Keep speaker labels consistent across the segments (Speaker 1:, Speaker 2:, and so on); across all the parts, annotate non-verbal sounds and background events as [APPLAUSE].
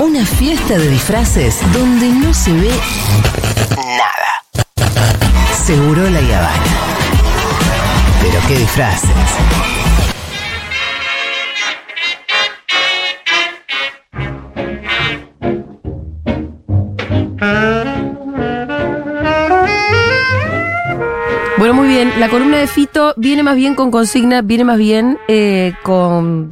Speaker 1: Una fiesta de disfraces donde no se ve nada. Seguro la Habana. Pero qué disfraces.
Speaker 2: Bueno, muy bien. La columna de Fito viene más bien con consigna, viene más bien eh, con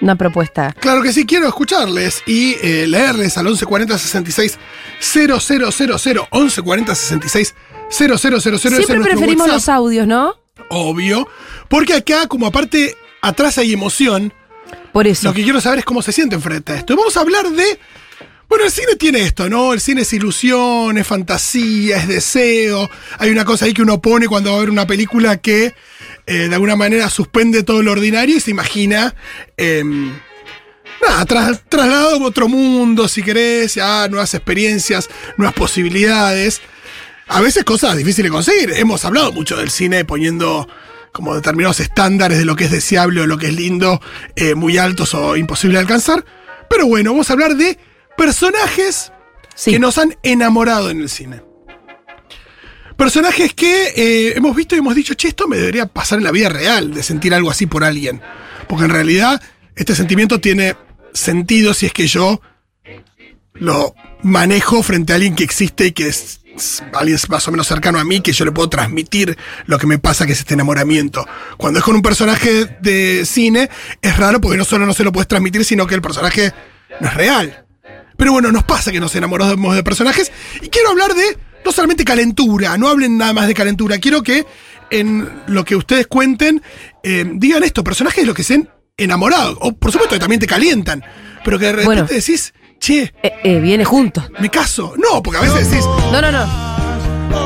Speaker 2: una propuesta.
Speaker 3: Claro que sí, quiero escucharles y eh, leerles al 1140 66 000 1140 66 000
Speaker 2: Siempre preferimos los audios, ¿no?
Speaker 3: Obvio, porque acá, como aparte, atrás hay emoción.
Speaker 2: Por eso.
Speaker 3: Lo que quiero saber es cómo se sienten frente a esto. Y Vamos a hablar de. Bueno, el cine tiene esto, ¿no? El cine es ilusión, es fantasía, es deseo. Hay una cosa ahí que uno pone cuando va a ver una película que eh, de alguna manera suspende todo lo ordinario y se imagina. eh, nada, tras- trasladado a otro mundo, si querés, a nuevas experiencias, nuevas posibilidades. A veces cosas difíciles de conseguir. Hemos hablado mucho del cine poniendo como determinados estándares de lo que es deseable o lo que es lindo, eh, muy altos o imposible de alcanzar. Pero bueno, vamos a hablar de personajes
Speaker 2: Sí.
Speaker 3: que nos han enamorado en el cine. Personajes que eh, hemos visto y hemos dicho, che, esto me debería pasar en la vida real, de sentir algo así por alguien. Porque en realidad este sentimiento tiene sentido si es que yo lo manejo frente a alguien que existe y que es, es alguien más o menos cercano a mí, que yo le puedo transmitir lo que me pasa, que es este enamoramiento. Cuando es con un personaje de cine, es raro porque no solo no se lo puedes transmitir, sino que el personaje no es real. Pero bueno, nos pasa que nos enamoramos de personajes. Y quiero hablar de, no solamente calentura, no hablen nada más de calentura. Quiero que en lo que ustedes cuenten, eh, digan esto, personajes de los que se han enamorado. O por supuesto que también te calientan. Pero que de repente
Speaker 2: Bueno.
Speaker 3: decís, che,
Speaker 2: Eh, eh, viene junto.
Speaker 3: me caso. No, porque a veces decís,
Speaker 2: No, no, no.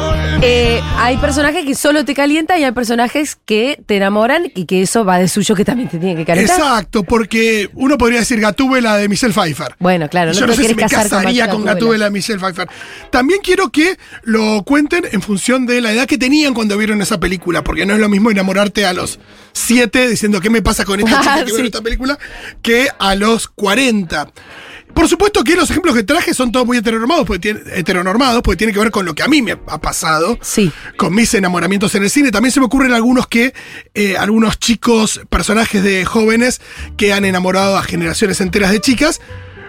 Speaker 2: Eh, hay personajes que solo te calientan y hay personajes que te enamoran y que eso va de suyo que también te tiene que calentar.
Speaker 3: exacto, porque uno podría decir Gatúbela de Michelle Pfeiffer.
Speaker 2: Bueno, claro, no te
Speaker 3: Yo no sé si
Speaker 2: querés
Speaker 3: me
Speaker 2: casar con
Speaker 3: casaría con
Speaker 2: Gatúbela.
Speaker 3: Gatúbela de Michelle Pfeiffer. También quiero que lo cuenten en función de la edad que tenían cuando vieron esa película, porque no es lo mismo enamorarte a los 7 diciendo qué me pasa
Speaker 2: [LAUGHS]
Speaker 3: con esta
Speaker 2: Ah,
Speaker 3: chica que
Speaker 2: sí.
Speaker 3: vieron esta película que a los 40. Por supuesto que los ejemplos que traje son todos muy heteronormados, porque tiene, heteronormados, porque tiene que ver con lo que a mí me ha pasado
Speaker 2: Sí.
Speaker 3: con mis enamoramientos en el cine. También se me ocurren algunos que, eh, algunos chicos, personajes de jóvenes que han enamorado a generaciones enteras de chicas.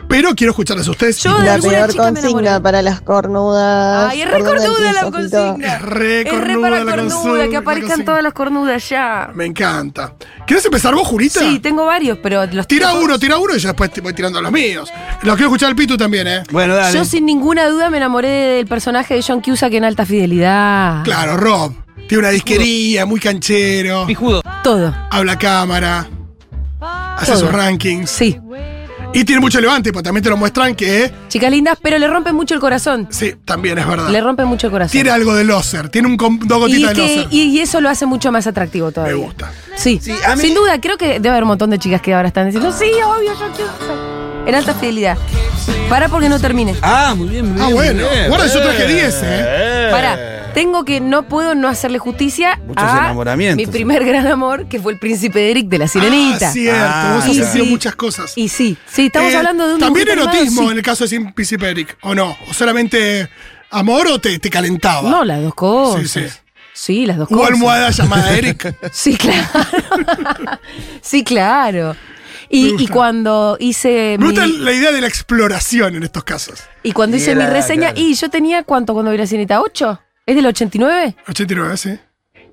Speaker 3: Pero quiero escucharles a ustedes.
Speaker 2: Yo de
Speaker 4: La
Speaker 2: alguna
Speaker 4: peor
Speaker 2: chica me enamoré.
Speaker 4: consigna para las cornudas.
Speaker 2: Ay, es
Speaker 4: ¿Por
Speaker 2: re
Speaker 4: dónde
Speaker 2: cornuda la
Speaker 4: empiezo, Fito?
Speaker 2: consigna.
Speaker 3: Es re
Speaker 2: Es re
Speaker 3: cornuda
Speaker 2: para
Speaker 3: la
Speaker 2: cornuda,
Speaker 3: consigna,
Speaker 2: que
Speaker 3: la
Speaker 2: aparezcan
Speaker 3: consigna.
Speaker 2: todas las cornudas ya.
Speaker 3: Me encanta. ¿Quieres empezar vos, Jurita?
Speaker 2: Sí, tengo varios, pero los
Speaker 3: Tira
Speaker 2: todos.
Speaker 3: uno, tira uno y yo después te voy tirando a los míos. Los quiero escuchar al Pitu también, ¿eh?
Speaker 5: Bueno, dale.
Speaker 2: Yo sin ninguna duda me enamoré del personaje de John Cusack en Alta Fidelidad.
Speaker 3: Claro, Rob. Tiene una disquería, muy canchero.
Speaker 5: Pijudo.
Speaker 2: Todo,
Speaker 3: Habla a cámara. Hace
Speaker 2: Todo.
Speaker 3: sus rankings.
Speaker 2: sí.
Speaker 3: Y tiene mucho levante, pues también te lo muestran que, eh,
Speaker 2: Chicas lindas, pero le rompen mucho el corazón.
Speaker 3: sí, también es verdad.
Speaker 2: Le rompen mucho el corazón.
Speaker 3: Tiene algo de loser, tiene un com- dos
Speaker 2: y,
Speaker 3: gotitas de
Speaker 2: que-
Speaker 3: loser.
Speaker 2: y- y eso lo hace mucho más atractivo
Speaker 3: Me
Speaker 2: todavía.
Speaker 3: gusta.
Speaker 2: Sí,
Speaker 5: Sí, a mí-
Speaker 2: sin duda, creo que debe haber un montón de chicas que ahora están diciendo, sí, obvio, yo quiero. En alta fidelidad. Para porque no termine.
Speaker 5: Ah, muy bien, muy bien.
Speaker 3: Ah,
Speaker 5: muy
Speaker 3: bueno.
Speaker 5: bien.
Speaker 3: Guarda, yo traje
Speaker 5: Eh,
Speaker 3: 10, ¿eh?
Speaker 2: Para, tengo que no puedo no hacerle justicia
Speaker 5: Muchos
Speaker 2: a
Speaker 5: enamoramientos.
Speaker 2: mi primer gran amor, que fue el príncipe Eric de la Sirenita.
Speaker 3: Ah, cierto,
Speaker 5: Ah,
Speaker 3: vos has
Speaker 5: y
Speaker 3: sentido
Speaker 2: sí.
Speaker 3: muchas cosas.
Speaker 2: Y sí, sí, estamos
Speaker 3: Eh,
Speaker 2: hablando de un
Speaker 3: También
Speaker 2: dibujito animado,
Speaker 3: erotismo
Speaker 2: sí.
Speaker 3: en el caso de Sin Príncipe Eric, ¿o no? ¿O solamente amor o te, te calentaba?
Speaker 2: No, las dos cosas.
Speaker 3: Sí,
Speaker 2: Sí,
Speaker 3: sí.
Speaker 2: las dos
Speaker 3: Hubo
Speaker 2: cosas.
Speaker 3: almohada llamada
Speaker 2: [LAUGHS]
Speaker 3: Eric.
Speaker 2: Sí, claro. sí, claro.
Speaker 3: Me
Speaker 2: Y,
Speaker 3: gusta.
Speaker 2: y cuando hice
Speaker 3: Me
Speaker 2: mi,
Speaker 3: gusta la idea de la exploración en estos casos.
Speaker 2: y cuando hice mi
Speaker 5: Era,
Speaker 2: reseña,
Speaker 5: claro.
Speaker 2: y yo tenía cuánto cuando vi la Sirenita, ¿8? ¿Es del 89?
Speaker 3: 89, sí.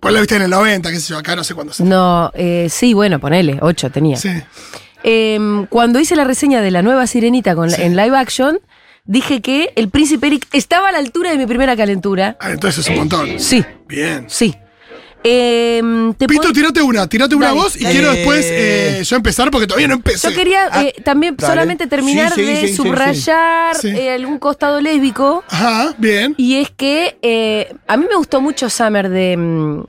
Speaker 3: Pues la viste en el 90, qué sé yo, acá no sé cuándo se.
Speaker 2: No, eh, sí, bueno, ponele, 8 tenía.
Speaker 3: Sí.
Speaker 2: Em, cuando hice la reseña de la nueva Sirenita con la- en live action, dije que el príncipe Eric estaba a la altura de mi primera calentura.
Speaker 3: Ah, entonces es un montón.
Speaker 2: Sí,
Speaker 3: Bien.
Speaker 2: sí. Em, te
Speaker 3: Pito,
Speaker 2: puedo-
Speaker 3: tirate una, tirate una
Speaker 2: Dale,
Speaker 3: voz y
Speaker 2: dale.
Speaker 3: quiero después eh, yo empezar porque todavía no empecé.
Speaker 2: Yo quería
Speaker 5: Ah,
Speaker 2: eh, también
Speaker 5: dale.
Speaker 2: solamente terminar
Speaker 5: Sí, sí,
Speaker 2: de
Speaker 5: sí, sí,
Speaker 2: subrayar
Speaker 3: sí. Sí.
Speaker 2: eh, algún costado lésbico.
Speaker 3: Ajá, bien.
Speaker 2: Y es que eh, a mí me gustó mucho Summer de. mm,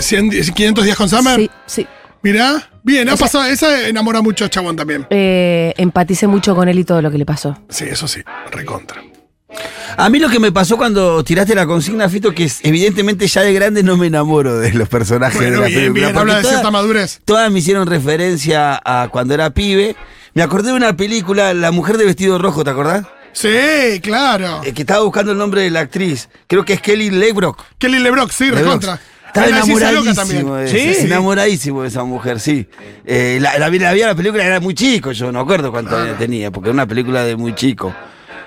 Speaker 3: 100, 500 días con Summer.
Speaker 2: Sí, sí.
Speaker 3: Mirá, bien, ha pasado, esa enamora mucho a Chabón también.
Speaker 2: Eh, empaticé mucho con él y todo lo que le pasó.
Speaker 3: Sí, eso sí, recontra.
Speaker 5: A mí lo que me pasó cuando tiraste la consigna, Fito, que es, evidentemente ya de grande no me enamoro de los personajes de
Speaker 3: Bueno,
Speaker 5: la
Speaker 3: bien,
Speaker 5: película.
Speaker 3: bien,
Speaker 5: porque
Speaker 3: habla de
Speaker 5: todas-
Speaker 3: cierta madurez.
Speaker 5: Todas me hicieron referencia a cuando era pibe, Me acordé de una película, La mujer de vestido rojo, ¿te acordás?
Speaker 3: Sí, claro.
Speaker 5: Eh, que estaba buscando el nombre de la actriz. Creo que es Kelly Lebrock.
Speaker 3: Kelly Lebrock, sí,
Speaker 5: Lebrock.
Speaker 3: recontra.
Speaker 5: Estaba
Speaker 3: Ana Cis Aloca
Speaker 5: enamoradísimo. de esa,
Speaker 3: Sí,
Speaker 5: Enamoradísimo de esa mujer, sí. Eh, la, la, vi- la vi a la película, era muy chico, yo no acuerdo cuánto
Speaker 3: Ah.
Speaker 5: años tenía, porque era una película de muy chico.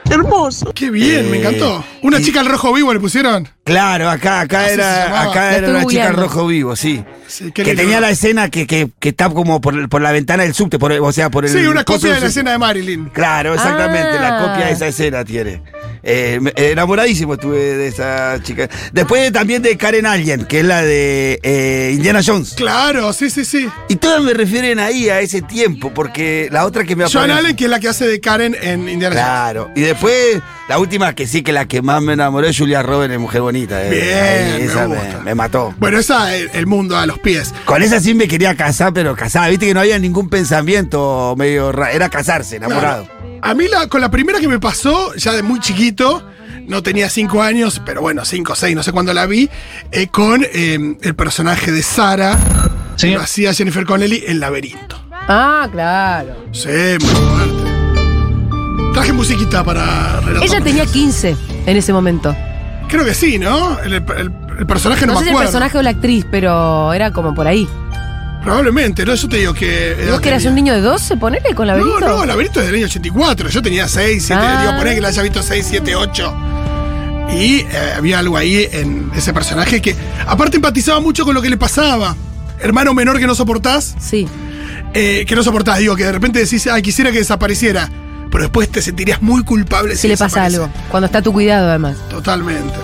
Speaker 4: Hermoso.
Speaker 3: Qué bien, me
Speaker 5: Eh,
Speaker 3: encantó. Una
Speaker 5: y-
Speaker 3: chica al rojo vivo le pusieron.
Speaker 5: Claro, acá, acá
Speaker 3: Así se
Speaker 5: era,
Speaker 3: llamaba.
Speaker 5: acá
Speaker 2: La
Speaker 5: era
Speaker 2: estoy
Speaker 5: una chica
Speaker 2: googleando.
Speaker 5: rojo vivo, sí.
Speaker 3: Sí, qué
Speaker 5: Que
Speaker 3: lindo.
Speaker 5: tenía la escena que, que, que está como por, por la ventana del subte, por, el- o sea, por el.
Speaker 3: Sí, una
Speaker 5: coso
Speaker 3: copia
Speaker 5: del
Speaker 3: de la
Speaker 5: subte.
Speaker 3: escena de Marilyn.
Speaker 5: Claro, exactamente, la
Speaker 2: Ah.
Speaker 5: copia de esa escena tiene. Eh, me- enamoradísimo estuve de esa chica. Después también de Karen Allen, que es la de eh, Indiana Jones.
Speaker 3: Claro, sí, sí, sí.
Speaker 5: Y todas me refieren ahí a ese tiempo, porque la otra que me
Speaker 3: Joan
Speaker 5: aparece-
Speaker 3: Allen, que es la que hace de Karen en Indiana Jones.
Speaker 5: Claro. Y después, la última que sí, que la que más me enamoré, Julia Roberts en Mujer Bonita. eh.
Speaker 3: Bien,
Speaker 5: Ahí,
Speaker 3: me
Speaker 5: esa me,
Speaker 3: gusta.
Speaker 5: me mató.
Speaker 3: Bueno, esa es el mundo a los pies.
Speaker 5: Con esa sí me quería casar, pero casada. Viste que no había ningún pensamiento medio raro. Era casarse, enamorado.
Speaker 3: Claro. A mí la, con la primera que me pasó, ya de muy chiquito, no tenía cinco años, pero bueno, cinco o seis, no sé cuándo la vi, eh, con eh, el personaje de Sara, que lo hacía Jennifer Connelly en Laberinto.
Speaker 2: Ah, claro.
Speaker 3: Sí, muy fuerte. Traje musiquita para relatar.
Speaker 2: Ella tenía 15 en ese momento.
Speaker 3: Creo que sí, ¿no? El, el- el personaje no,
Speaker 2: No
Speaker 3: me
Speaker 2: sé si el
Speaker 3: acuerdo.
Speaker 2: personaje o la actriz, pero era como por ahí.
Speaker 3: Probablemente, ¿no? Yo te digo que. eh, edad
Speaker 2: ¿Vos que eras
Speaker 3: tenía.
Speaker 2: un niño de 12? Ponele con la
Speaker 3: No, no, Laberinto es del año 84. Yo tenía 6, 7.
Speaker 2: Ah.
Speaker 3: Digo, poné que la haya visto 6, 7, 8. Y eh, había algo ahí en ese personaje que, aparte, empatizaba mucho con lo que le pasaba. Hermano menor que no soportás,
Speaker 2: Sí.
Speaker 3: eh, que no soportás, digo, que de repente decís, ah, quisiera que desapareciera. Pero después te sentirías muy culpable si,
Speaker 2: Si le pasa
Speaker 3: desaparece.
Speaker 2: algo. Cuando está a tu cuidado, además.
Speaker 3: Totalmente.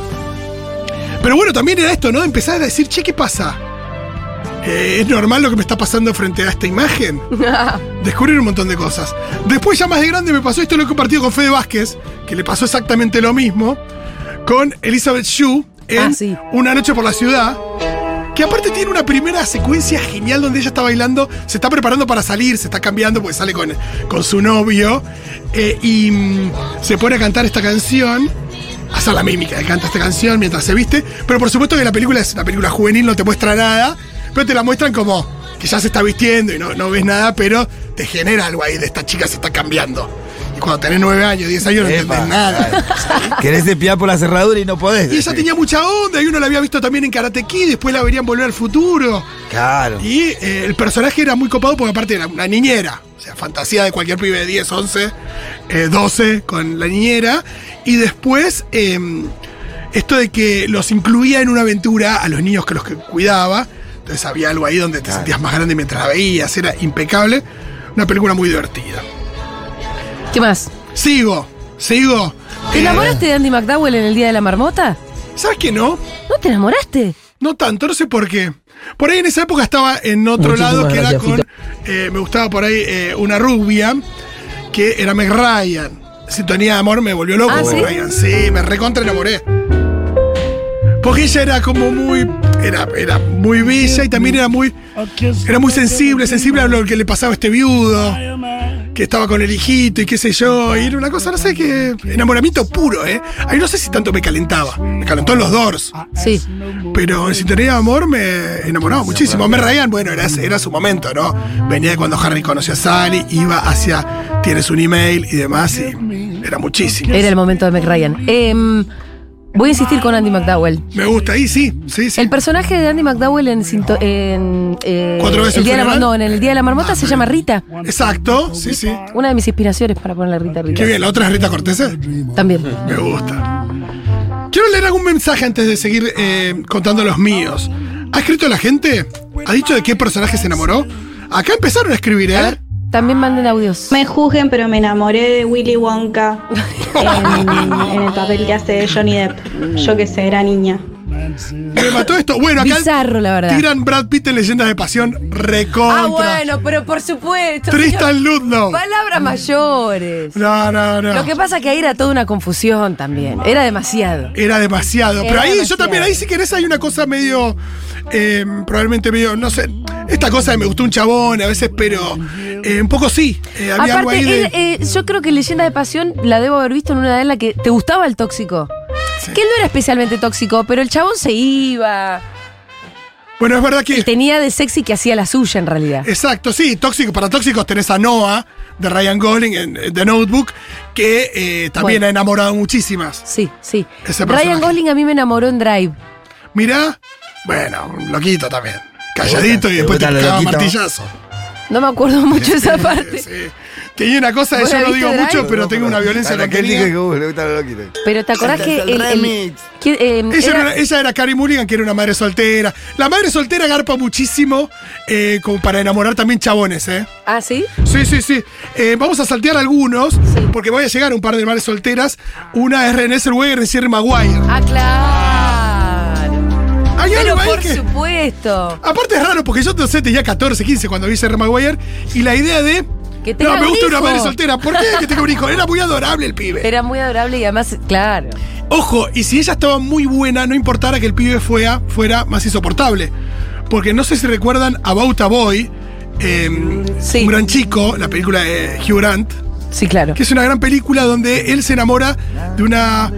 Speaker 3: Pero bueno, también era esto, ¿no? Empezar a decir, che, ¿qué pasa? Eh, ¿Es normal lo que me está pasando frente a
Speaker 2: [LAUGHS]
Speaker 3: esta imagen? Descubrir un montón de cosas. Después, ya más de grande, me pasó esto, lo he compartido con Fede Vázquez, que le pasó exactamente lo mismo, con Elizabeth Shue en
Speaker 2: Ah, sí.
Speaker 3: Una noche por la ciudad. Que aparte tiene una primera secuencia genial donde ella está bailando, se está preparando para salir, se está cambiando porque sale con, con su novio eh, y mm, se pone a cantar esta canción, a hacer la mímica, que canta esta canción mientras se viste, pero por supuesto que la película es una película juvenil, no te muestra nada, pero te la muestran como que ya se está vistiendo y no, no ves nada, pero te genera algo ahí de esta chica se está cambiando. Y cuando tenés nueve años, 10 años no
Speaker 5: Epa.
Speaker 3: entendés nada.
Speaker 5: [LAUGHS] Querés espiar por la cerradura y no podés.
Speaker 3: Y ella tenía mucha onda, y uno la había visto también en Karate Kid, después la verían volver al futuro.
Speaker 5: Claro.
Speaker 3: Y eh, el personaje era muy copado porque aparte era una niñera. O sea, fantasía de cualquier pibe de 10, 11, eh, 12 con la niñera. Y después eh, esto de que los incluía en una aventura a los niños que los que cuidaba. Entonces había algo ahí donde te
Speaker 5: Claro.
Speaker 3: sentías más grande mientras la veías. Era impecable. Una película muy divertida.
Speaker 2: ¿Qué más?
Speaker 3: Sigo, sigo.
Speaker 2: ¿Te
Speaker 3: Eh,
Speaker 2: enamoraste de Andy McDowell en el Día de la Marmota?
Speaker 3: ¿Sabes qué no?
Speaker 2: ¿No te enamoraste?
Speaker 3: No tanto, no sé por qué. Por ahí en esa época estaba en otro lado que era con. eh, me gustaba por ahí eh, una rubia que era Meg Ryan. Sintonía de amor me volvió loco.
Speaker 2: Ah,
Speaker 3: Meg
Speaker 2: ¿sí?
Speaker 3: Ryan. sí, me recontra enamoré. Porque ella era como muy. Era, era muy bella y también era muy. Era muy sensible, sensible a lo que le pasaba a este viudo. Que estaba con el hijito y qué sé yo. Y era una cosa, no sé qué. Enamoramiento puro, ¿eh? Ahí no sé si tanto me calentaba. Me calentó en los Doors.
Speaker 2: Sí.
Speaker 3: Pero en Sintonía de Amor me enamoraba muchísimo. Me Ryan, bueno, era, era su momento, ¿no? Venía de cuando Harry conoció a Sally, iba hacia Tienes un email y demás, y era muchísimo.
Speaker 2: Era el momento de Meg Ryan. Em, voy a insistir con Andy McDowell.
Speaker 3: Me gusta, ahí sí, sí, sí.
Speaker 2: El personaje de Andy McDowell en, Sinto- en, eh,
Speaker 3: ¿Cuatro veces
Speaker 2: el
Speaker 3: el
Speaker 2: día de la, Mar-
Speaker 3: funeral?
Speaker 2: no, en el Día de la Marmota se llama Rita.
Speaker 3: Exacto, sí, sí.
Speaker 2: Una de mis inspiraciones para ponerle Rita Rita.
Speaker 3: Qué bien, la otra es Rita Cortese.
Speaker 2: También.
Speaker 3: Me gusta. Quiero leer algún mensaje antes de seguir eh, contando los míos. ¿Ha escrito la gente? ¿Ha dicho de qué personaje se enamoró? Acá empezaron a escribir,
Speaker 2: A
Speaker 3: ¿eh?
Speaker 2: ver, también manden audios.
Speaker 6: Me juzguen, pero me enamoré de Willy Wonka en, en el papel que hace de Johnny Depp. Yo que sé, era niña.
Speaker 3: Me mató esto. Bueno, acá
Speaker 2: Bizarro, la verdad.
Speaker 3: tiran Brad Pitt en Leyendas de Pasión. Recontra.
Speaker 2: Ah, bueno, pero por supuesto. señor.
Speaker 3: Tristan Ludlow.
Speaker 2: Palabras mayores.
Speaker 3: No, no, no.
Speaker 2: Lo que pasa que ahí era toda una confusión también. Era demasiado.
Speaker 3: Era demasiado.
Speaker 2: Era
Speaker 3: Pero ahí yo
Speaker 2: demasiado.
Speaker 3: también, ahí si querés, hay una cosa medio. eh, probablemente medio, no sé. Esta cosa de me gustó un chabón a veces, pero eh, un poco sí. Eh, había algo
Speaker 2: Aparte,
Speaker 3: ahí de.
Speaker 2: él, eh, yo creo que Leyenda de Pasión la debo haber visto en una de las que te gustaba el tóxico.
Speaker 3: Sí.
Speaker 2: Que él no era especialmente tóxico, pero el chabón se iba.
Speaker 3: bueno, es
Speaker 2: este.
Speaker 3: verdad que. Eh,
Speaker 2: Tenía de sexy que hacía la suya en realidad.
Speaker 3: Exacto, sí, tóxico. Para tóxicos tenés a Noah de Ryan Gosling en eh, The Notebook, que eh, también
Speaker 2: Bueno.
Speaker 3: ha enamorado muchísimas.
Speaker 2: Sí, sí.
Speaker 3: Ese
Speaker 2: Ryan
Speaker 3: personaje.
Speaker 2: Gosling a mí me enamoró en Drive.
Speaker 3: Mirá, bueno, un loquito también. Calladito
Speaker 5: gusta?
Speaker 3: y
Speaker 5: ¿Te
Speaker 3: después te
Speaker 5: gusta lo
Speaker 3: cagaba
Speaker 5: loquito?
Speaker 3: martillazo.
Speaker 2: No me acuerdo mucho esa parte.
Speaker 3: Sí. Tenía una cosa,
Speaker 2: ¿Vos
Speaker 3: yo
Speaker 2: la
Speaker 3: no
Speaker 2: viste,
Speaker 3: digo
Speaker 2: Drive?
Speaker 3: mucho, pero tengo una violencia
Speaker 5: A la que él
Speaker 3: contenida.
Speaker 5: dice que uh, le gusta lo loquito.
Speaker 2: Pero te acordás que.
Speaker 1: El
Speaker 2: el- el-
Speaker 1: remix.
Speaker 2: ¿quién, eh,
Speaker 3: Ella
Speaker 2: era-
Speaker 3: era, ella era Carrie Mulligan, que era una madre soltera. La madre soltera garpa muchísimo eh, como para enamorar también chabones, ¿eh?
Speaker 2: Ah, sí.
Speaker 3: Sí, sí, sí. Eh, vamos a saltear algunos, porque voy a llegar a un par de madres solteras. Una es René Zellweger y Jerry Maguire.
Speaker 2: Ah, claro.
Speaker 3: Hay
Speaker 2: Pero
Speaker 3: algo ahí
Speaker 2: por
Speaker 3: que-
Speaker 2: supuesto.
Speaker 3: Aparte es raro, porque yo no sé, tenía 14, 15 cuando vi Jerry Maguire, y la idea de...
Speaker 2: Que tenga
Speaker 3: no, me
Speaker 2: un
Speaker 3: gusta una
Speaker 2: hijo.
Speaker 3: madre soltera. ¿Por qué que tenga un hijo? Era muy adorable el pibe.
Speaker 2: Era muy adorable y además, claro.
Speaker 3: Ojo, y si ella estaba muy buena, no importara que el pibe fuera, fuera más insoportable. Porque no sé si recuerdan About a Boy, eh,
Speaker 2: Sí.
Speaker 3: un gran chico, la película de Hugh Grant,
Speaker 2: Sí, claro.
Speaker 3: que es una gran película donde él se enamora de una,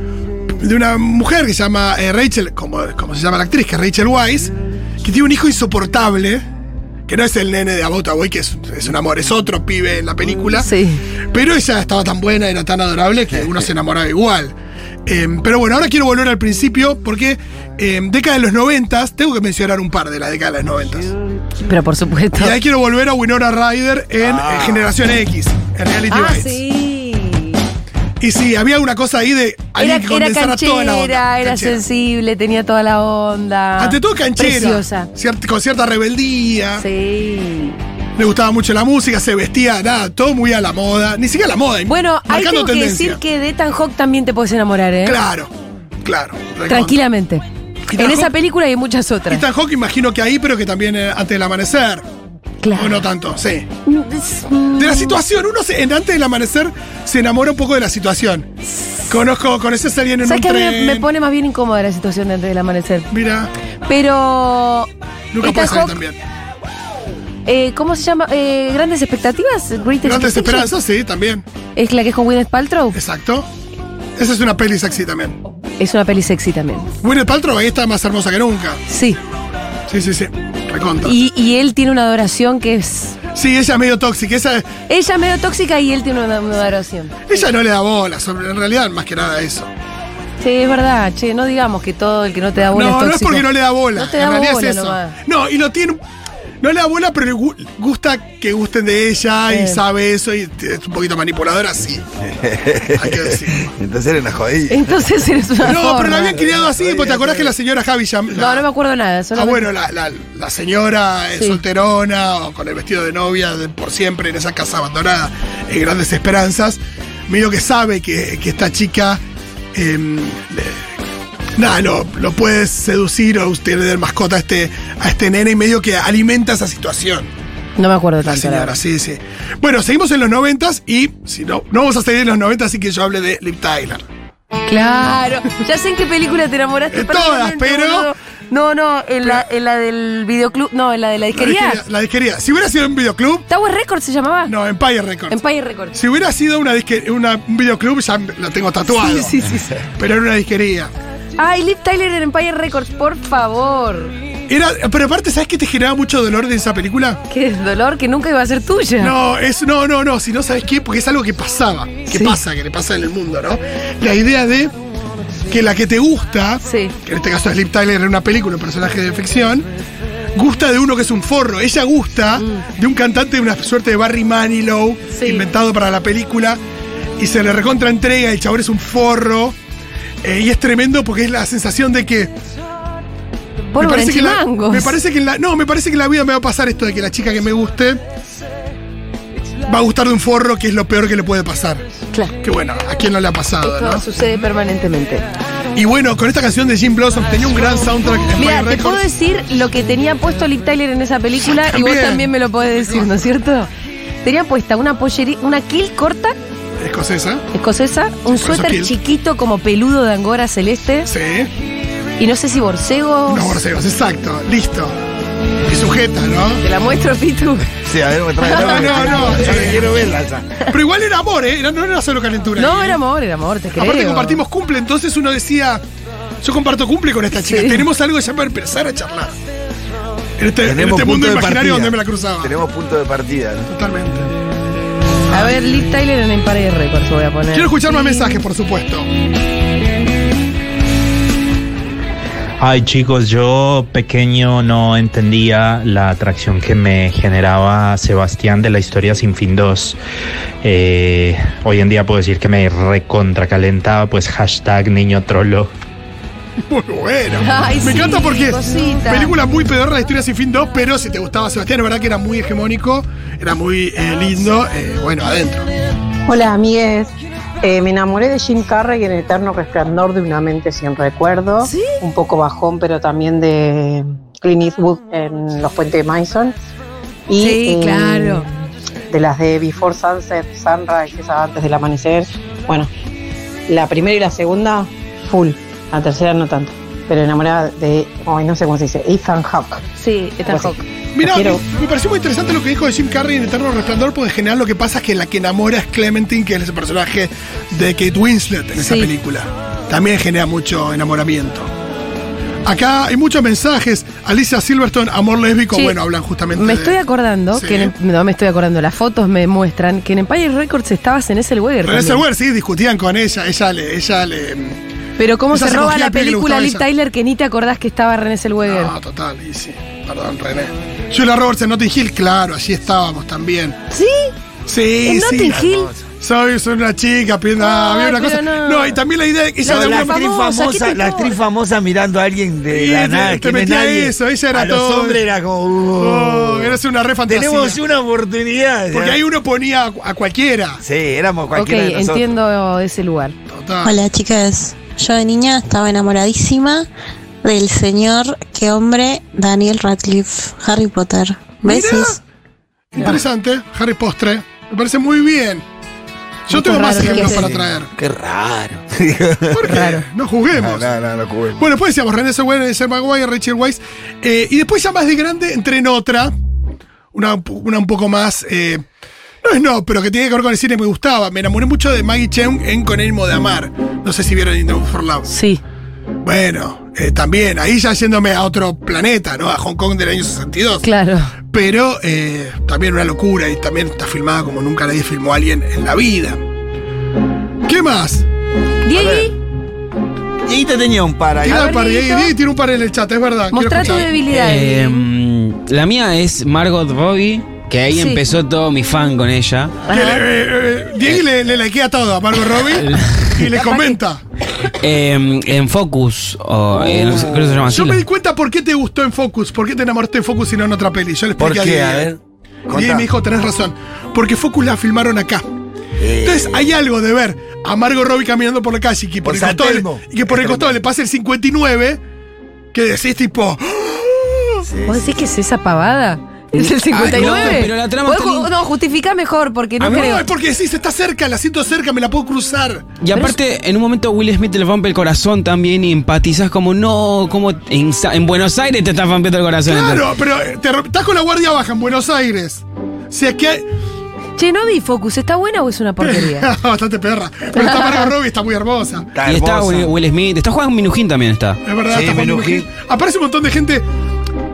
Speaker 3: de una mujer que se llama eh, Rachel, como, como se llama la actriz, que es Rachel Weisz, que tiene un hijo insoportable, que no es el nene de About a Boy, que es, es un amor, es otro pibe en la película.
Speaker 2: Sí.
Speaker 3: Pero ella estaba tan buena, era tan adorable que uno se enamoraba igual. Eh, pero bueno, ahora quiero volver al principio porque eh, década de los noventas, tengo que mencionar un par de la década de los noventas.
Speaker 2: Pero por supuesto.
Speaker 3: Y ahí quiero volver a Winona Ryder en eh, Generación X, en Reality
Speaker 2: Ah,
Speaker 3: Bites.
Speaker 2: sí.
Speaker 3: Y sí, había una cosa ahí de
Speaker 2: Era,
Speaker 3: alguien que
Speaker 2: era
Speaker 3: condensara toda la
Speaker 2: canchera,
Speaker 3: onda.
Speaker 2: era
Speaker 3: Canchera.
Speaker 2: sensible, tenía toda la onda.
Speaker 3: Ante todo canchera.
Speaker 2: Preciosa.
Speaker 3: cier- con cierta rebeldía.
Speaker 2: Sí.
Speaker 3: Le gustaba mucho la música, se vestía, nada, todo muy a la moda. Ni siquiera a la moda.
Speaker 2: Bueno, ahí
Speaker 3: marcando
Speaker 2: tengo que
Speaker 3: tendencia.
Speaker 2: decir que de Ethan Hawke también te puedes enamorar, ¿eh?
Speaker 3: Claro, claro. recontra.
Speaker 2: Tranquilamente.
Speaker 3: Ethan
Speaker 2: En esa
Speaker 3: Hawke-
Speaker 2: película y en muchas otras.
Speaker 3: Ethan Hawke imagino que ahí, pero que también eh, antes del amanecer. O no
Speaker 2: Claro. Mm,
Speaker 3: tanto, sí.
Speaker 2: Es-
Speaker 3: De la situación, uno se- en antes del amanecer se enamora un poco de la situación. Conozco, conoces a alguien en un
Speaker 2: ¿Sabes que a mí me-
Speaker 3: tren.
Speaker 2: me pone más bien incómoda la situación de antes del amanecer?
Speaker 3: Mira,
Speaker 2: Pero.
Speaker 3: nunca
Speaker 2: Ethan
Speaker 3: puede salir
Speaker 2: Hawke,
Speaker 3: también.
Speaker 2: eh, ¿Cómo se llama? Eh, ¿Grandes expectativas? Great
Speaker 3: Grandes
Speaker 2: Expectations.
Speaker 3: esperanzas, sí, también.
Speaker 2: ¿Es la que es con Gwyneth Paltrow?
Speaker 3: Exacto. Esa es una peli sexy también.
Speaker 2: Es una peli sexy también.
Speaker 3: Winner Paltrow ahí está más hermosa que nunca.
Speaker 2: Sí.
Speaker 3: Sí, sí, sí. Recontra.
Speaker 2: Y, y él tiene una adoración que es.
Speaker 3: Sí, ella es medio tóxica. Esa,
Speaker 2: Ella es medio tóxica y él tiene una, una adoración.
Speaker 3: ella no le da bola, sobre, en realidad, más que nada eso.
Speaker 2: Che, es verdad, che, no digamos que todo el que no te da bola es
Speaker 3: No, no es
Speaker 2: tóxico.
Speaker 3: porque no le da bola.
Speaker 2: No te da
Speaker 3: en realidad
Speaker 2: bola
Speaker 3: es eso.
Speaker 2: nomás.
Speaker 3: No, y lo tiene. No le da bola, pero le gu- gusta que gusten de ella y
Speaker 2: Eh.
Speaker 3: sabe eso y es un poquito manipuladora, sí. Hay que decirlo.
Speaker 5: Entonces era una
Speaker 3: Eh.
Speaker 5: jodida.
Speaker 2: Entonces eres una
Speaker 3: No, pero
Speaker 2: forra.
Speaker 3: la habían criado así, porque te acordás que la señora Javi Jam-
Speaker 2: No, no me
Speaker 3: la-
Speaker 2: acuerdo nada.
Speaker 3: Ah,
Speaker 2: solamente-
Speaker 3: bueno, la, la- la señora eh,
Speaker 2: Sí.
Speaker 3: solterona o con el vestido de novia de por siempre en esa casa abandonada, en grandes esperanzas. Medio que sabe que, que esta chica. eh, le- nada, lo, lo puede seducir o usted le da el mascota a este, a este nene y medio que alimenta esa situación.
Speaker 2: No me acuerdo
Speaker 3: La
Speaker 2: tanto. la
Speaker 3: señora,
Speaker 2: verdad.
Speaker 3: sí, sí. Bueno, seguimos en los noventas y si no, no vamos a seguir en los noventas, así que yo hable de Liv Tyler.
Speaker 2: Claro. Ya sé en qué película te enamoraste.
Speaker 3: En todas,
Speaker 2: perdidamente,
Speaker 3: pero-
Speaker 2: boludo. No, no, en la, en la del videoclub. No, en la de la
Speaker 3: La
Speaker 2: disquería.
Speaker 3: disquería- La disquería. Si hubiera sido en videoclub,
Speaker 2: Tower Records se llamaba.
Speaker 3: no, Empire Records.
Speaker 2: Empire Records.
Speaker 3: Si hubiera sido una disque- una, un videoclub, ya lo tengo tatuado.
Speaker 2: Sí, sí, sí, sí.
Speaker 3: Pero era una disquería.
Speaker 2: Ay, Liv Tyler en Empire Records, por favor.
Speaker 3: Era, pero aparte, ¿sabes qué te generaba mucho dolor de esa película?
Speaker 2: Qué dolor que nunca iba a ser tuya.
Speaker 3: No, es, no, no, no, si no sabes qué, porque es algo que pasaba, que
Speaker 2: Sí.
Speaker 3: pasa, que le pasa en el mundo, ¿no? La idea de que la que te gusta,
Speaker 2: Sí.
Speaker 3: que en este caso es Liv Tyler en una película, un personaje de ficción, gusta de uno que es un forro. Ella gusta de un cantante de una suerte de Barry Manilow,
Speaker 2: Sí.
Speaker 3: inventado para la película, y se le recontra entrega, el chabón es un forro. eh, y es tremendo porque es la sensación de que.
Speaker 2: por
Speaker 3: que la,
Speaker 2: Branchimangos.
Speaker 3: me parece que en la. No, me parece que en la vida me va a pasar esto de que la chica que me guste va a gustar de un forro que es lo peor que le puede pasar.
Speaker 2: Claro.
Speaker 3: Que bueno, ¿a quién no le ha pasado,
Speaker 2: Esto
Speaker 3: no?
Speaker 2: sucede permanentemente.
Speaker 3: Y bueno, con esta canción de Jim Blossom tenía un gran soundtrack en
Speaker 2: Mira,
Speaker 3: Fire
Speaker 2: te puedo
Speaker 3: Records.
Speaker 2: decir lo que tenía puesto Liv Tyler en esa película y vos
Speaker 3: También.
Speaker 2: también me lo podés decir, ¿no es cierto? Tenía puesta una pollería, una kill corta
Speaker 3: Escocesa.
Speaker 2: escocesa, un
Speaker 3: Escocesa
Speaker 2: suéter
Speaker 3: kilt.
Speaker 2: chiquito como peludo de angora celeste
Speaker 3: Sí.
Speaker 2: y no sé si borcegos.
Speaker 3: Los borseos, exacto. Listo. Y sujeta, ¿no?
Speaker 2: Te la muestro, Pitu.
Speaker 5: Sí, a ver, me trae.
Speaker 3: No, no, no.
Speaker 5: Yo que quiero verla. esa.
Speaker 3: Pero igual era amor, ¿eh? Era- no era solo
Speaker 2: [LAUGHS]
Speaker 3: calentura. ¿eh?
Speaker 2: No, era amor, era amor, te creo.
Speaker 3: Aparte compartimos cumple, entonces uno decía, yo comparto cumple con esta chica,
Speaker 2: Sí.
Speaker 3: tenemos algo ya para empezar a charlar. En este, en
Speaker 5: Tenemos
Speaker 3: este
Speaker 5: punto
Speaker 3: mundo
Speaker 5: de
Speaker 3: imaginario
Speaker 5: partida.
Speaker 3: donde me la cruzaba.
Speaker 5: Tenemos punto de partida. ¿no?
Speaker 3: Totalmente.
Speaker 2: A ver, Liz Tyler en Empire Records voy a poner.
Speaker 3: Quiero escuchar más mensajes, por supuesto.
Speaker 7: Ay chicos, yo pequeño no entendía la atracción que me generaba Sebastián de la historia Sin Fin 2. Eh, hoy en día puedo decir que me recontracalentaba, pues hashtag niño trolo.
Speaker 3: Muy bueno.
Speaker 2: [LAUGHS] Ay,
Speaker 3: Me
Speaker 2: sí,
Speaker 3: encanta porque
Speaker 2: cosita.
Speaker 3: película muy pedorra de Historia Sin Fin 2, pero si te gustaba Sebastián, la verdad que era muy hegemónico, era muy eh, lindo, eh, bueno, adentro.
Speaker 8: Hola, amigues. Eh, me enamoré de Jim Carrey en Eterno Resplandor de una mente sin recuerdo.
Speaker 2: ¿Sí?
Speaker 8: Un poco bajón, pero también de Clint Eastwood en Los Puentes de Mason. Y,
Speaker 2: Ah. Sí,
Speaker 8: eh,
Speaker 2: claro.
Speaker 8: De las de Before Sunset, Sunrise, esa antes del amanecer. Bueno, la primera y la segunda, full. La tercera no tanto. Pero enamorada de, ay, no sé cómo se dice, Ethan Hawke.
Speaker 2: Sí, Ethan
Speaker 8: Pues sí.
Speaker 2: Hawke.
Speaker 3: Mira,
Speaker 8: Lo quiero.
Speaker 3: me, me pareció muy interesante lo que dijo de Jim Carrey en Eterno Resplandor, porque en general lo que pasa es que la que enamora es Clementine, que es el personaje de Kate Winslet en esa
Speaker 2: Sí.
Speaker 3: película. También genera mucho enamoramiento. Acá hay muchos mensajes. Alicia Silverstone, amor lésbico,
Speaker 2: Sí.
Speaker 3: bueno, hablan justamente
Speaker 2: Me
Speaker 3: de-
Speaker 2: estoy acordando,
Speaker 3: Sí.
Speaker 2: que en- no me estoy acordando, las fotos me muestran que en Empire Records estabas en ese lugar.
Speaker 3: Pero en ese lugar, sí, discutían con ella, ella le... Ella le
Speaker 2: Pero cómo
Speaker 3: Esa
Speaker 2: se
Speaker 3: se
Speaker 2: roba
Speaker 3: cogía
Speaker 2: la
Speaker 3: al pibe que le
Speaker 2: película
Speaker 3: gustaba
Speaker 2: Liv
Speaker 3: esa.
Speaker 2: Tyler que ni te acordás que estaba René Selweger.
Speaker 3: No, total, y sí. Perdón, René. Julia Roberts en Notting Hill, claro, allí estábamos también.
Speaker 2: ¿Sí?
Speaker 3: Sí,
Speaker 2: ¿En
Speaker 3: sí.
Speaker 2: Notting Hill?
Speaker 3: hermoso. Soy, soy una chica, pidiendo.
Speaker 2: Ay,
Speaker 3: Ah, había una
Speaker 2: pero
Speaker 3: cosa.
Speaker 2: no.
Speaker 3: No. y también la idea de que ella
Speaker 2: No,
Speaker 3: de
Speaker 5: la,
Speaker 2: la
Speaker 3: alguna
Speaker 5: actriz
Speaker 2: famosa, ¿qué te
Speaker 5: famosa, la
Speaker 2: importa?
Speaker 5: actriz famosa mirando a alguien de
Speaker 3: Y
Speaker 5: la
Speaker 3: te-
Speaker 5: nada,
Speaker 3: te
Speaker 5: que no es
Speaker 3: metía
Speaker 5: nadie.
Speaker 3: este eso, ella era
Speaker 5: a los
Speaker 3: todo.
Speaker 5: hombres era como.
Speaker 3: Oh,
Speaker 5: "Uh,
Speaker 3: eres una re fantasía.
Speaker 5: tenemos una oportunidad.
Speaker 3: Porque ahí uno ponía a, a cualquiera.
Speaker 5: Sí, éramos
Speaker 2: Ok,
Speaker 5: cualquiera de nosotros.
Speaker 2: entiendo ese lugar.
Speaker 3: Total.
Speaker 9: Hola chicas, yo de niña estaba enamoradísima del señor, qué hombre, Daniel Radcliffe, Harry Potter. Besos.
Speaker 3: Interesante. Harry Postre. Me parece muy bien. Yo
Speaker 2: Muy
Speaker 3: tengo más
Speaker 2: raro que
Speaker 3: ejemplos
Speaker 2: es
Speaker 3: para
Speaker 2: ese. [LAUGHS]
Speaker 3: traer.
Speaker 10: [LAUGHS]
Speaker 5: Qué raro.
Speaker 3: ¿Por qué? No juguemos.
Speaker 5: no, no, jugué.
Speaker 3: Bueno, después decíamos René Zellweger, Jerry Maguire, Rachel Weisz. Eh, y después ya más de grande entré en otra, una, una un poco más... eh, no es no, pero que tiene que ver con el cine, me gustaba. Me enamoré mucho de Maggie Cheung en Con ánimo de amar. No sé si vieron In the Mood for Love.
Speaker 2: Sí.
Speaker 3: Bueno, eh, también, ahí ya yéndome a otro planeta, ¿no? A Hong Kong del año 62.
Speaker 2: Claro.
Speaker 3: Pero eh, también una locura y también está filmada como nunca nadie filmó a alguien en la vida. ¿Qué más?
Speaker 2: Diego,
Speaker 5: Y ahí te tenía un par ahí.
Speaker 3: Tiene
Speaker 2: A
Speaker 3: un
Speaker 2: ver,
Speaker 3: par, de-
Speaker 2: Dieguito.
Speaker 3: eh, tiene un par en el chat, es verdad. quiero
Speaker 2: mostrá tu
Speaker 3: escuchar. Eh,
Speaker 2: debilidad.
Speaker 10: Em, la mía es Margot Robbie, que ahí
Speaker 2: Sí.
Speaker 10: empezó todo mi fan con ella.
Speaker 3: Que le, eh, eh, Diego le, le likea todo a Margot
Speaker 5: [LAUGHS]
Speaker 3: Robbie y le comenta.
Speaker 10: Em, en Focus, o eh, no sé, creo que se llama así.
Speaker 3: Yo me
Speaker 10: la-
Speaker 3: di cuenta por qué te gustó en Focus, por qué te enamoraste en Focus y no en otra peli. Yo le
Speaker 5: ¿Por
Speaker 3: expliqué
Speaker 5: qué?
Speaker 3: a
Speaker 5: A
Speaker 3: Diego.
Speaker 5: ver.
Speaker 3: Diego
Speaker 5: contá.
Speaker 3: me dijo, tenés razón, porque Focus la filmaron acá. Entonces hay algo de ver a Margot Robbie caminando por la calle y que por,
Speaker 5: Por
Speaker 3: el
Speaker 5: San
Speaker 3: costado,
Speaker 5: Telmo.
Speaker 3: le- y que por el costado le pase el 59, que decís tipo... "Ah,
Speaker 2: ¿Vos decís que es esa pavada? ¿Es el 59?
Speaker 10: Ah, no, pero la trama
Speaker 2: Podés
Speaker 10: está
Speaker 2: ju-
Speaker 10: lin-
Speaker 2: No, justifica mejor porque no
Speaker 3: No,
Speaker 2: creo.
Speaker 3: es porque decís, está cerca, la siento cerca, me la puedo cruzar.
Speaker 10: Y aparte, en un momento Will Smith le rompe el corazón también y empatizas como, no, como en, Sa- en Buenos Aires te estás rompiendo el corazón.
Speaker 3: Claro, pero eh, te, ro- estás con la guardia baja en Buenos Aires. O sea que... hay-
Speaker 2: Che, no vi Focus, ¿está buena o es una porquería?
Speaker 3: [LAUGHS] Bastante perra. Pero está Margot Robbie, está muy hermosa.
Speaker 5: Está
Speaker 10: Y está
Speaker 5: hermosa.
Speaker 10: Will, Will Smith, está Juan Minujín también está.
Speaker 3: Es verdad,
Speaker 5: Sí,
Speaker 3: está Juan
Speaker 5: Menujín.
Speaker 3: Menujín. Aparece un montón de gente.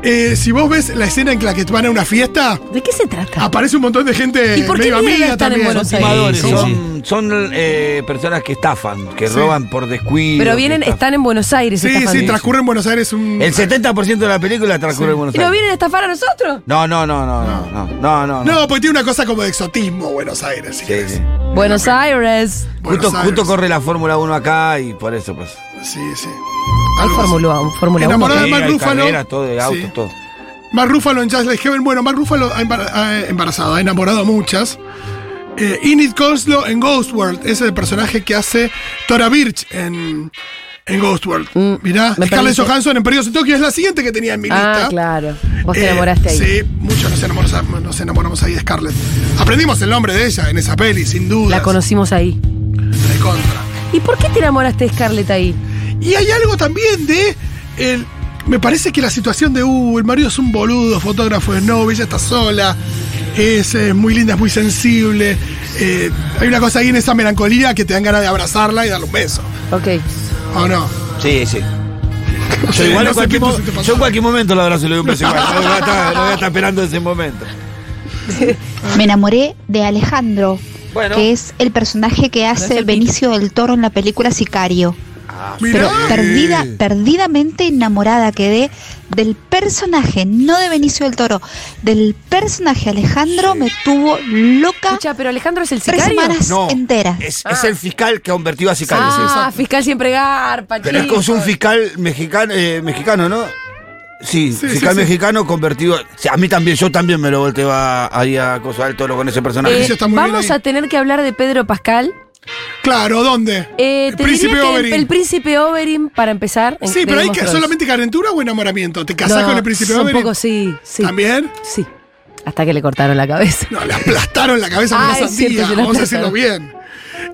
Speaker 3: Eh, si vos ves la escena en la que van a una fiesta,
Speaker 2: ¿De qué se trata?
Speaker 3: aparece un montón de gente
Speaker 2: ¿Y por qué
Speaker 3: medio
Speaker 2: mierda están
Speaker 3: amiga
Speaker 2: en
Speaker 3: también.
Speaker 2: Buenos
Speaker 10: Sí,
Speaker 5: Timadores,
Speaker 10: sí,
Speaker 5: son
Speaker 10: sí.
Speaker 5: son, eh, personas que estafan, que
Speaker 3: Sí.
Speaker 5: roban por descuido.
Speaker 2: Pero
Speaker 5: que
Speaker 2: vienen,
Speaker 5: estafan.
Speaker 2: están en Buenos Aires.
Speaker 3: Sí,
Speaker 2: estafando.
Speaker 3: sí, transcurre en Buenos Aires un.
Speaker 5: El 70% de la película transcurre en Buenos
Speaker 2: ¿Y nos
Speaker 5: Aires.
Speaker 2: vienen a estafar a nosotros?
Speaker 5: No, no, no, no, no, no, no, no. no.
Speaker 3: No, porque tiene una cosa como de exotismo Buenos Aires. si
Speaker 5: Sí,
Speaker 3: querés.
Speaker 5: sí.
Speaker 2: Buenos Aires.
Speaker 3: Buenos
Speaker 5: Justo,
Speaker 3: Aires.
Speaker 5: justo corre la Fórmula 1 acá y por eso pues.
Speaker 3: Sí, sí.
Speaker 2: Hay
Speaker 3: Algo así.
Speaker 2: Fórmula 1. Fórmula uno.
Speaker 3: Enamorada de
Speaker 5: Sí,
Speaker 3: Mark
Speaker 5: hay
Speaker 3: Ruffalo.
Speaker 5: carreras, todo de autos,
Speaker 3: Sí.
Speaker 5: todo.
Speaker 3: Mark Ruffalo en Just Like Heaven. Bueno, Mark Ruffalo ha embar- ha embarazado, ha enamorado a muchas. Eh, Init Coslo en Ghost World es el personaje que hace Tora Birch en, en Ghost World.
Speaker 2: Mm,
Speaker 3: Mirá,
Speaker 2: me
Speaker 3: Scarlett
Speaker 2: parece-
Speaker 3: Johansson en Periodos de Tokio es la siguiente que tenía en mi lista.
Speaker 2: Ah, claro. Vos te
Speaker 3: Eh,
Speaker 2: enamoraste ahí.
Speaker 3: Sí, muchos nos enamoramos, nos enamoramos ahí de Scarlett. Aprendimos el nombre de ella en esa peli, sin duda.
Speaker 2: La conocimos ahí.
Speaker 3: De contra.
Speaker 2: ¿Y por qué te enamoraste de Scarlett ahí?
Speaker 3: Y hay algo también de. el- me parece que la situación de, uh, el marido es un boludo, fotógrafo es novio, ella está sola, es, eh, muy linda, es muy sensible. eh, hay una cosa ahí en esa melancolía que te dan ganas de abrazarla y darle un beso.
Speaker 2: Ok.
Speaker 3: ¿O no?
Speaker 5: Sí, sí. Yo,
Speaker 3: Sí,
Speaker 5: igual
Speaker 3: no
Speaker 5: en
Speaker 3: sé qué
Speaker 5: cualquier, mo-
Speaker 3: te pasó.
Speaker 5: yo en cualquier momento la abrazo y le doy un beso [LAUGHS] igual. No voy a estar, no voy a estar esperando ese momento.
Speaker 11: Me enamoré de Alejandro,
Speaker 5: Bueno.
Speaker 11: que es el personaje que hace Benicio del Toro en la película Sicario.
Speaker 3: eh,
Speaker 11: Pero perdida, perdidamente enamorada quedé del personaje, no de Benicio del Toro, del personaje Alejandro me tuvo loca.
Speaker 2: pero Alejandro es el
Speaker 11: tres
Speaker 2: sicario.
Speaker 11: semanas
Speaker 5: No.
Speaker 11: enteras.
Speaker 5: Es, es el fiscal que ha convertido a sicario. es ese.
Speaker 2: Ah, fiscal siempre garpa,
Speaker 5: Pero es
Speaker 2: chico.
Speaker 5: como es un fiscal mexicano, eh, mexicano ¿no? Sí,
Speaker 3: Sí,
Speaker 5: fiscal
Speaker 3: sí, sí.
Speaker 5: mexicano convertido. o sea, a mí también, yo también me lo volteo a, ahí a Cosa del Toro con ese personaje.
Speaker 2: Eh, vamos a tener que hablar de Pedro Pascal.
Speaker 3: Claro, ¿dónde?
Speaker 2: Eh,
Speaker 3: El
Speaker 2: te
Speaker 3: príncipe
Speaker 2: diría que el-
Speaker 3: Oberyn.
Speaker 2: el, príncipe Oberyn, para empezar. en-
Speaker 3: Sí,
Speaker 2: de
Speaker 3: pero hay
Speaker 2: Game
Speaker 3: que,
Speaker 2: of Thrones.
Speaker 3: solamente calentura o enamoramiento. ¿Te casás
Speaker 2: No,
Speaker 3: con el príncipe
Speaker 2: Un
Speaker 3: Oberyn?
Speaker 2: poco sí, sí.
Speaker 3: ¿También?
Speaker 2: Sí. Hasta que le cortaron la cabeza.
Speaker 3: No, le aplastaron la cabeza con
Speaker 2: Ah,
Speaker 3: una
Speaker 2: es cierto,
Speaker 3: sandía.
Speaker 2: se la
Speaker 3: Vamos a decirlo bien.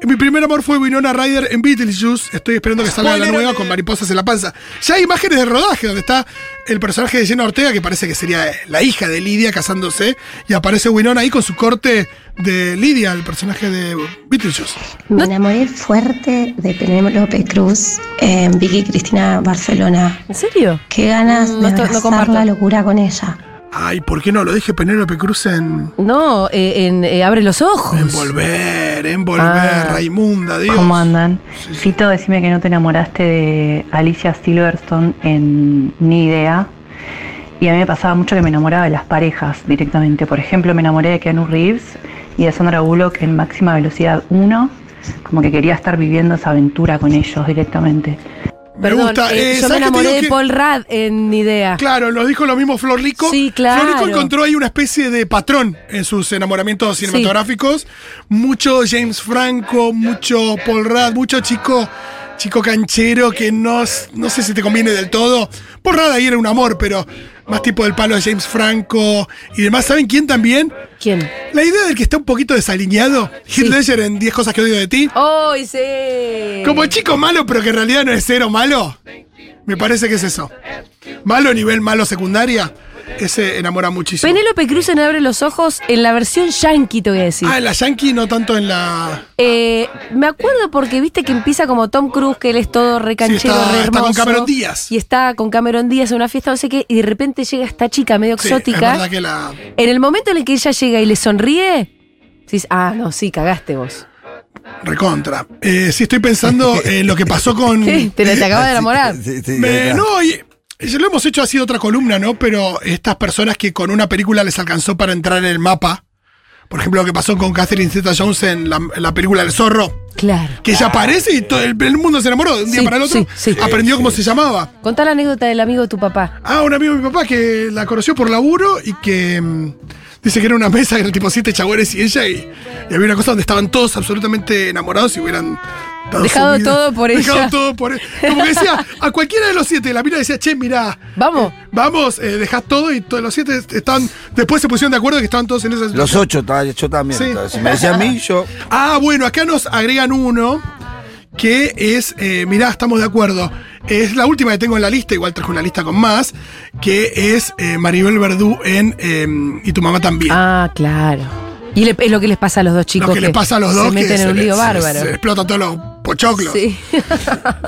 Speaker 3: Mi primer amor fue Winona Ryder en Beetlejuice. Estoy esperando que salga la
Speaker 5: Spoiler
Speaker 3: nueva
Speaker 5: alert.
Speaker 3: con mariposas en la panza. Ya hay imágenes de rodaje donde está el personaje de Jenna Ortega, que parece que sería la hija de Lidia casándose. Y aparece Winona ahí con su corte de Lidia, el personaje de Beetlejuice.
Speaker 12: Me enamoré fuerte de Penélope Cruz en Vicky Cristina Barcelona.
Speaker 2: ¿En serio?
Speaker 12: Qué ganas
Speaker 2: Mm, no
Speaker 12: de
Speaker 2: estoy- no
Speaker 12: abrazar
Speaker 2: comparto.
Speaker 12: la locura con ella.
Speaker 3: Ay, ¿por qué no? Lo dije Penélope Cruz en,
Speaker 2: No, eh, en, eh, abre los ojos.
Speaker 3: en Volver, en Volver,
Speaker 2: Ah.
Speaker 3: Raimunda, Dios.
Speaker 13: ¿Cómo andan? Fito, decime que no te enamoraste de Alicia Silverstone en Ni Idea. Y a mí me pasaba mucho que me enamoraba de las parejas directamente. Por ejemplo, me enamoré de Keanu Reeves y de Sandra Bullock en Máxima Velocidad 1. Como que quería estar viviendo esa aventura con ellos directamente.
Speaker 2: Perdón,
Speaker 3: gusta.
Speaker 2: eh,
Speaker 3: Eh,
Speaker 2: yo
Speaker 3: ¿sabes
Speaker 2: me
Speaker 3: qué te
Speaker 2: enamoré
Speaker 3: digo
Speaker 2: de
Speaker 3: que-
Speaker 2: Paul Rad en Idea.
Speaker 3: Claro, nos dijo lo mismo Flor Rico.
Speaker 2: Sí, claro.
Speaker 3: Flor Rico encontró ahí una especie de patrón en sus enamoramientos
Speaker 2: Sí.
Speaker 3: cinematográficos. Mucho James Franco, mucho Paul Rudd, mucho chico, chico canchero que no, s- no sé si te conviene del todo. Paul Rudd ahí era un amor, pero más tipo del palo de James Franco y demás. ¿Saben quién también?
Speaker 2: ¿Quién?
Speaker 3: La idea del que está un poquito desalineado, Heath Ledger en 10 cosas que odio de ti.
Speaker 2: ¡Ay, sí!
Speaker 3: Como chico malo, pero que en realidad no es cero malo. Me parece que es eso. Malo nivel malo secundaria. Ese enamora muchísimo.
Speaker 2: Penélope Cruz en Abre los Ojos en la versión yankee, te voy a decir.
Speaker 3: Ah, en la Yankee no tanto en la.
Speaker 2: Eh, me acuerdo porque viste que empieza como Tom Cruise, que él es todo recanchero,
Speaker 3: Sí, está-
Speaker 2: re
Speaker 3: está con
Speaker 2: hermoso.
Speaker 3: Cameron Díaz.
Speaker 2: Y está con Cameron Díaz en una fiesta, no sé qué, y de repente llega esta chica medio
Speaker 3: Sí, es
Speaker 2: exótica.
Speaker 3: verdad que la.
Speaker 2: en el momento en el que ella llega y le sonríe, dices, ah, no, sí, cagaste
Speaker 3: [LAUGHS]
Speaker 2: vos.
Speaker 3: Recontra. Eh, sí,
Speaker 2: [LAUGHS]
Speaker 3: estoy pensando en lo que pasó con.
Speaker 2: ¿Qué? Te, la- te acabas de enamorar.
Speaker 5: Sí, sí,
Speaker 3: Me-
Speaker 5: acá.
Speaker 3: no, y- y lo hemos hecho así de otra columna, ¿no? Pero estas personas que con una película les alcanzó para entrar en el mapa. Por ejemplo, lo que pasó con Catherine Zeta Jones en la, en la película El Zorro.
Speaker 2: Claro.
Speaker 3: Que ella aparece y todo el, el mundo se enamoró de un día
Speaker 2: Sí,
Speaker 3: para el otro.
Speaker 2: sí, sí.
Speaker 3: Aprendió cómo se llamaba.
Speaker 2: Contá la anécdota del amigo de tu papá.
Speaker 3: Ah, un amigo de mi papá que la conoció por laburo y que mm, dice que era una mesa, eran tipo siete chabones y ella, y, y había una cosa donde estaban todos absolutamente enamorados y hubieran dado su
Speaker 2: Dejado
Speaker 3: vida.
Speaker 2: todo por ella.
Speaker 3: [LAUGHS] Dejado todo por ella. Como que decía, a cualquiera de los siete, la mina decía, che, mirá,
Speaker 2: Vamos.
Speaker 3: vamos, eh, dejás todo y todos los siete están. Después se pusieron de acuerdo que estaban todos en esa situación.
Speaker 5: Los ocho, ta- yo también.
Speaker 3: Sí.
Speaker 5: ta- Si me decía a mí, yo.
Speaker 3: Ah, bueno, acá nos agregan uno que es, eh, mirá, estamos de acuerdo. Es la última que tengo en la lista, igual traje una lista con más, que es eh, Maribel Verdú en eh, Y tu mamá también.
Speaker 2: Ah, claro. Y le- es lo que les pasa a los dos
Speaker 3: Lo
Speaker 2: chicos.
Speaker 3: que les pasa a los dos.
Speaker 2: Se
Speaker 3: que
Speaker 2: meten en un
Speaker 3: le-
Speaker 2: lío
Speaker 3: se-
Speaker 2: bárbaro.
Speaker 3: Se, le explotan todos los pochoclos. Sí.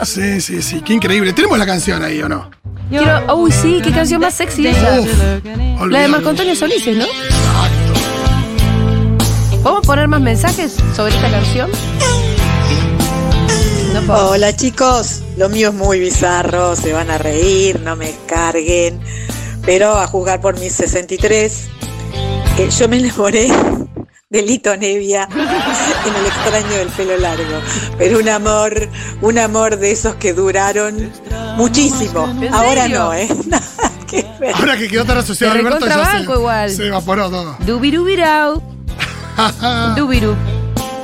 Speaker 2: Sí.
Speaker 3: sí, sí, Qué increíble. ¿Tenemos la canción ahí o no?
Speaker 2: Quiero, uy, sí, qué canción más sexy esa. La de
Speaker 3: Olvidado.
Speaker 2: Marco Antonio Solís, ¿no? ¿Podemos poner más mensajes sobre esta canción? No puedo.
Speaker 14: Hola chicos, lo mío es muy bizarro, se van a reír, no me carguen, pero a juzgar por mis 63, eh, yo me enamoré de Lito Nevia [LAUGHS] en el extraño del pelo largo, pero un amor, un amor de esos que duraron muchísimo,
Speaker 2: ¿En
Speaker 14: ahora
Speaker 2: serio?
Speaker 14: no, ¿eh? [LAUGHS] Nada que ver.
Speaker 3: Ahora que quedó tan asociado
Speaker 2: Te
Speaker 3: a Alberto, ya
Speaker 2: recontrabanco
Speaker 3: se,
Speaker 2: igual.
Speaker 3: se
Speaker 2: [LAUGHS]
Speaker 3: evaporó todo.
Speaker 2: Dubirubirau, dubiru.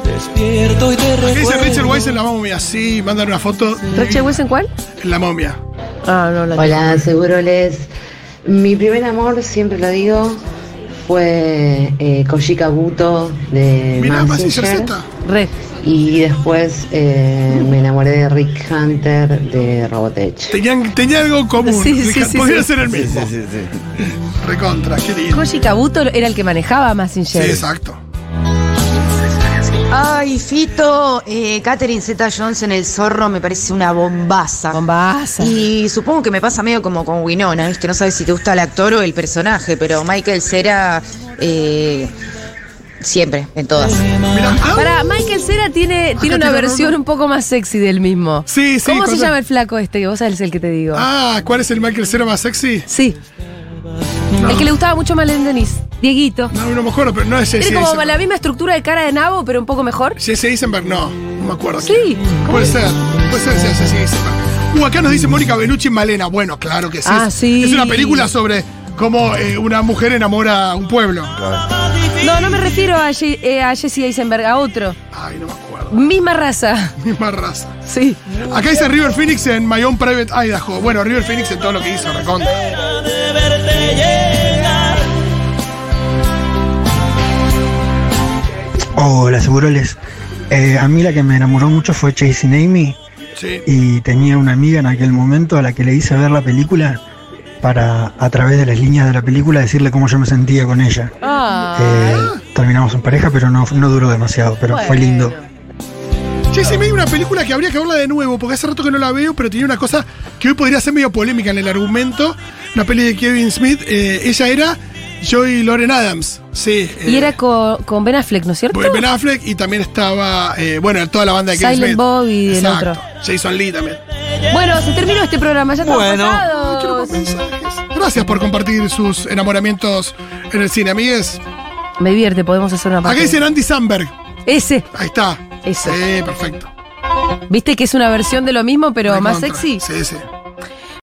Speaker 15: Despierto y te
Speaker 3: ¿Qué dice Rachel Weiss en la momia? Sí, mandan una foto.
Speaker 2: ¿Rachel Weisz en cuál?
Speaker 3: En la momia.
Speaker 2: Ah, no, la
Speaker 16: Hola, seguro les. Mi primer amor, siempre lo digo, fue eh, Koshika Buto de
Speaker 3: Mirá, Mazinger
Speaker 16: Mazinger.
Speaker 3: Z.
Speaker 2: Red.
Speaker 16: Y después eh, me enamoré de Rick Hunter de Robotech.
Speaker 3: Tenían, tenía algo en común.
Speaker 2: Sí, sí,
Speaker 3: Dije,
Speaker 2: sí,
Speaker 3: Podría
Speaker 2: sí.
Speaker 3: ser el
Speaker 5: Sí,
Speaker 3: mismo.
Speaker 5: sí, sí, sí.
Speaker 3: Recontra, qué lindo.
Speaker 2: Koji Kabuto era el que manejaba
Speaker 3: Sí,
Speaker 2: Massinger.
Speaker 3: exacto.
Speaker 17: Ay, Fito, eh, Catherine Zeta Jones en El Zorro me parece una bombaza.
Speaker 2: Bombaza.
Speaker 17: Y supongo que me pasa medio como con Winona, ¿viste? No sabes si te gusta el actor o el personaje, pero Michael Cera eh,
Speaker 8: Siempre, en todas.
Speaker 3: Ah,
Speaker 2: Para Michael Cera tiene, tiene una versión un poco más sexy del mismo.
Speaker 3: Sí, sí,
Speaker 2: ¿Cómo se
Speaker 3: cuando-
Speaker 2: llama el flaco este? Vos sabés el que te digo.
Speaker 3: Ah, ¿cuál es el Michael Cera más sexy?
Speaker 2: Sí. El que le gustaba mucho a Malén Denis. Dieguito.
Speaker 3: No, no me acuerdo, pero no es
Speaker 2: Tiene
Speaker 3: Jesse
Speaker 2: como
Speaker 3: Eisenberg.
Speaker 2: la misma estructura de cara de nabo, pero un poco mejor.
Speaker 3: Jesse Eisenberg, no. No me acuerdo.
Speaker 2: Sí.
Speaker 3: Puede ser, puede ser, sí, sí, sí, sí. Uh, acá nos dice Mónica Bellucci y Malena. Bueno, claro que sí.
Speaker 2: Ah,
Speaker 3: Es-
Speaker 2: sí.
Speaker 3: Es una película sobre cómo eh, una mujer enamora a un pueblo.
Speaker 2: No, no me refiero a, Ye- eh, a Jesse Eisenberg, a otro.
Speaker 3: Ay, no me acuerdo. [LAUGHS]
Speaker 2: Misma raza. [LAUGHS]
Speaker 3: Misma raza.
Speaker 2: Sí.
Speaker 3: Acá dice River Phoenix en My Own Private Idaho. Bueno, River Phoenix en todo lo que hizo, recontra.
Speaker 18: Hola, seguroles. Eh, a mí la que me enamoró mucho fue Chasing Amy.
Speaker 3: Sí.
Speaker 18: Y tenía una amiga en aquel momento a la que le hice ver la película para, a través de las líneas de la película, decirle cómo yo me sentía con ella.
Speaker 2: Ah.
Speaker 18: Eh, terminamos en pareja, pero no, no duró demasiado, pero fue lindo.
Speaker 3: Jesse May, una película que habría que verla de nuevo, porque hace rato que no la veo, pero tenía una cosa que hoy podría ser medio polémica en el argumento. Una peli de Kevin Smith. eh, ella era Joy Lauren Adams. Sí. eh,
Speaker 2: Y era con, con Ben Affleck, ¿no es cierto?
Speaker 3: Ben Affleck y también estaba, eh, bueno, toda la banda de Kevin
Speaker 2: Silent
Speaker 3: Smith.
Speaker 2: Bob y el
Speaker 3: Exacto.
Speaker 2: otro.
Speaker 3: Jason Lee también.
Speaker 2: Bueno, se terminó este programa, ya estamos
Speaker 3: Bueno.
Speaker 2: pasados.
Speaker 3: Gracias por compartir sus enamoramientos en el cine, amigues.
Speaker 2: Me divierte, podemos hacer una
Speaker 3: Acá
Speaker 2: parte.
Speaker 3: dicen Andy Samberg.
Speaker 2: Ese.
Speaker 3: Ahí está.
Speaker 2: Ese.
Speaker 3: Sí, perfecto.
Speaker 2: ¿Viste que es una versión de lo mismo, pero más
Speaker 3: Recontra.
Speaker 2: sexy?
Speaker 3: Sí, sí.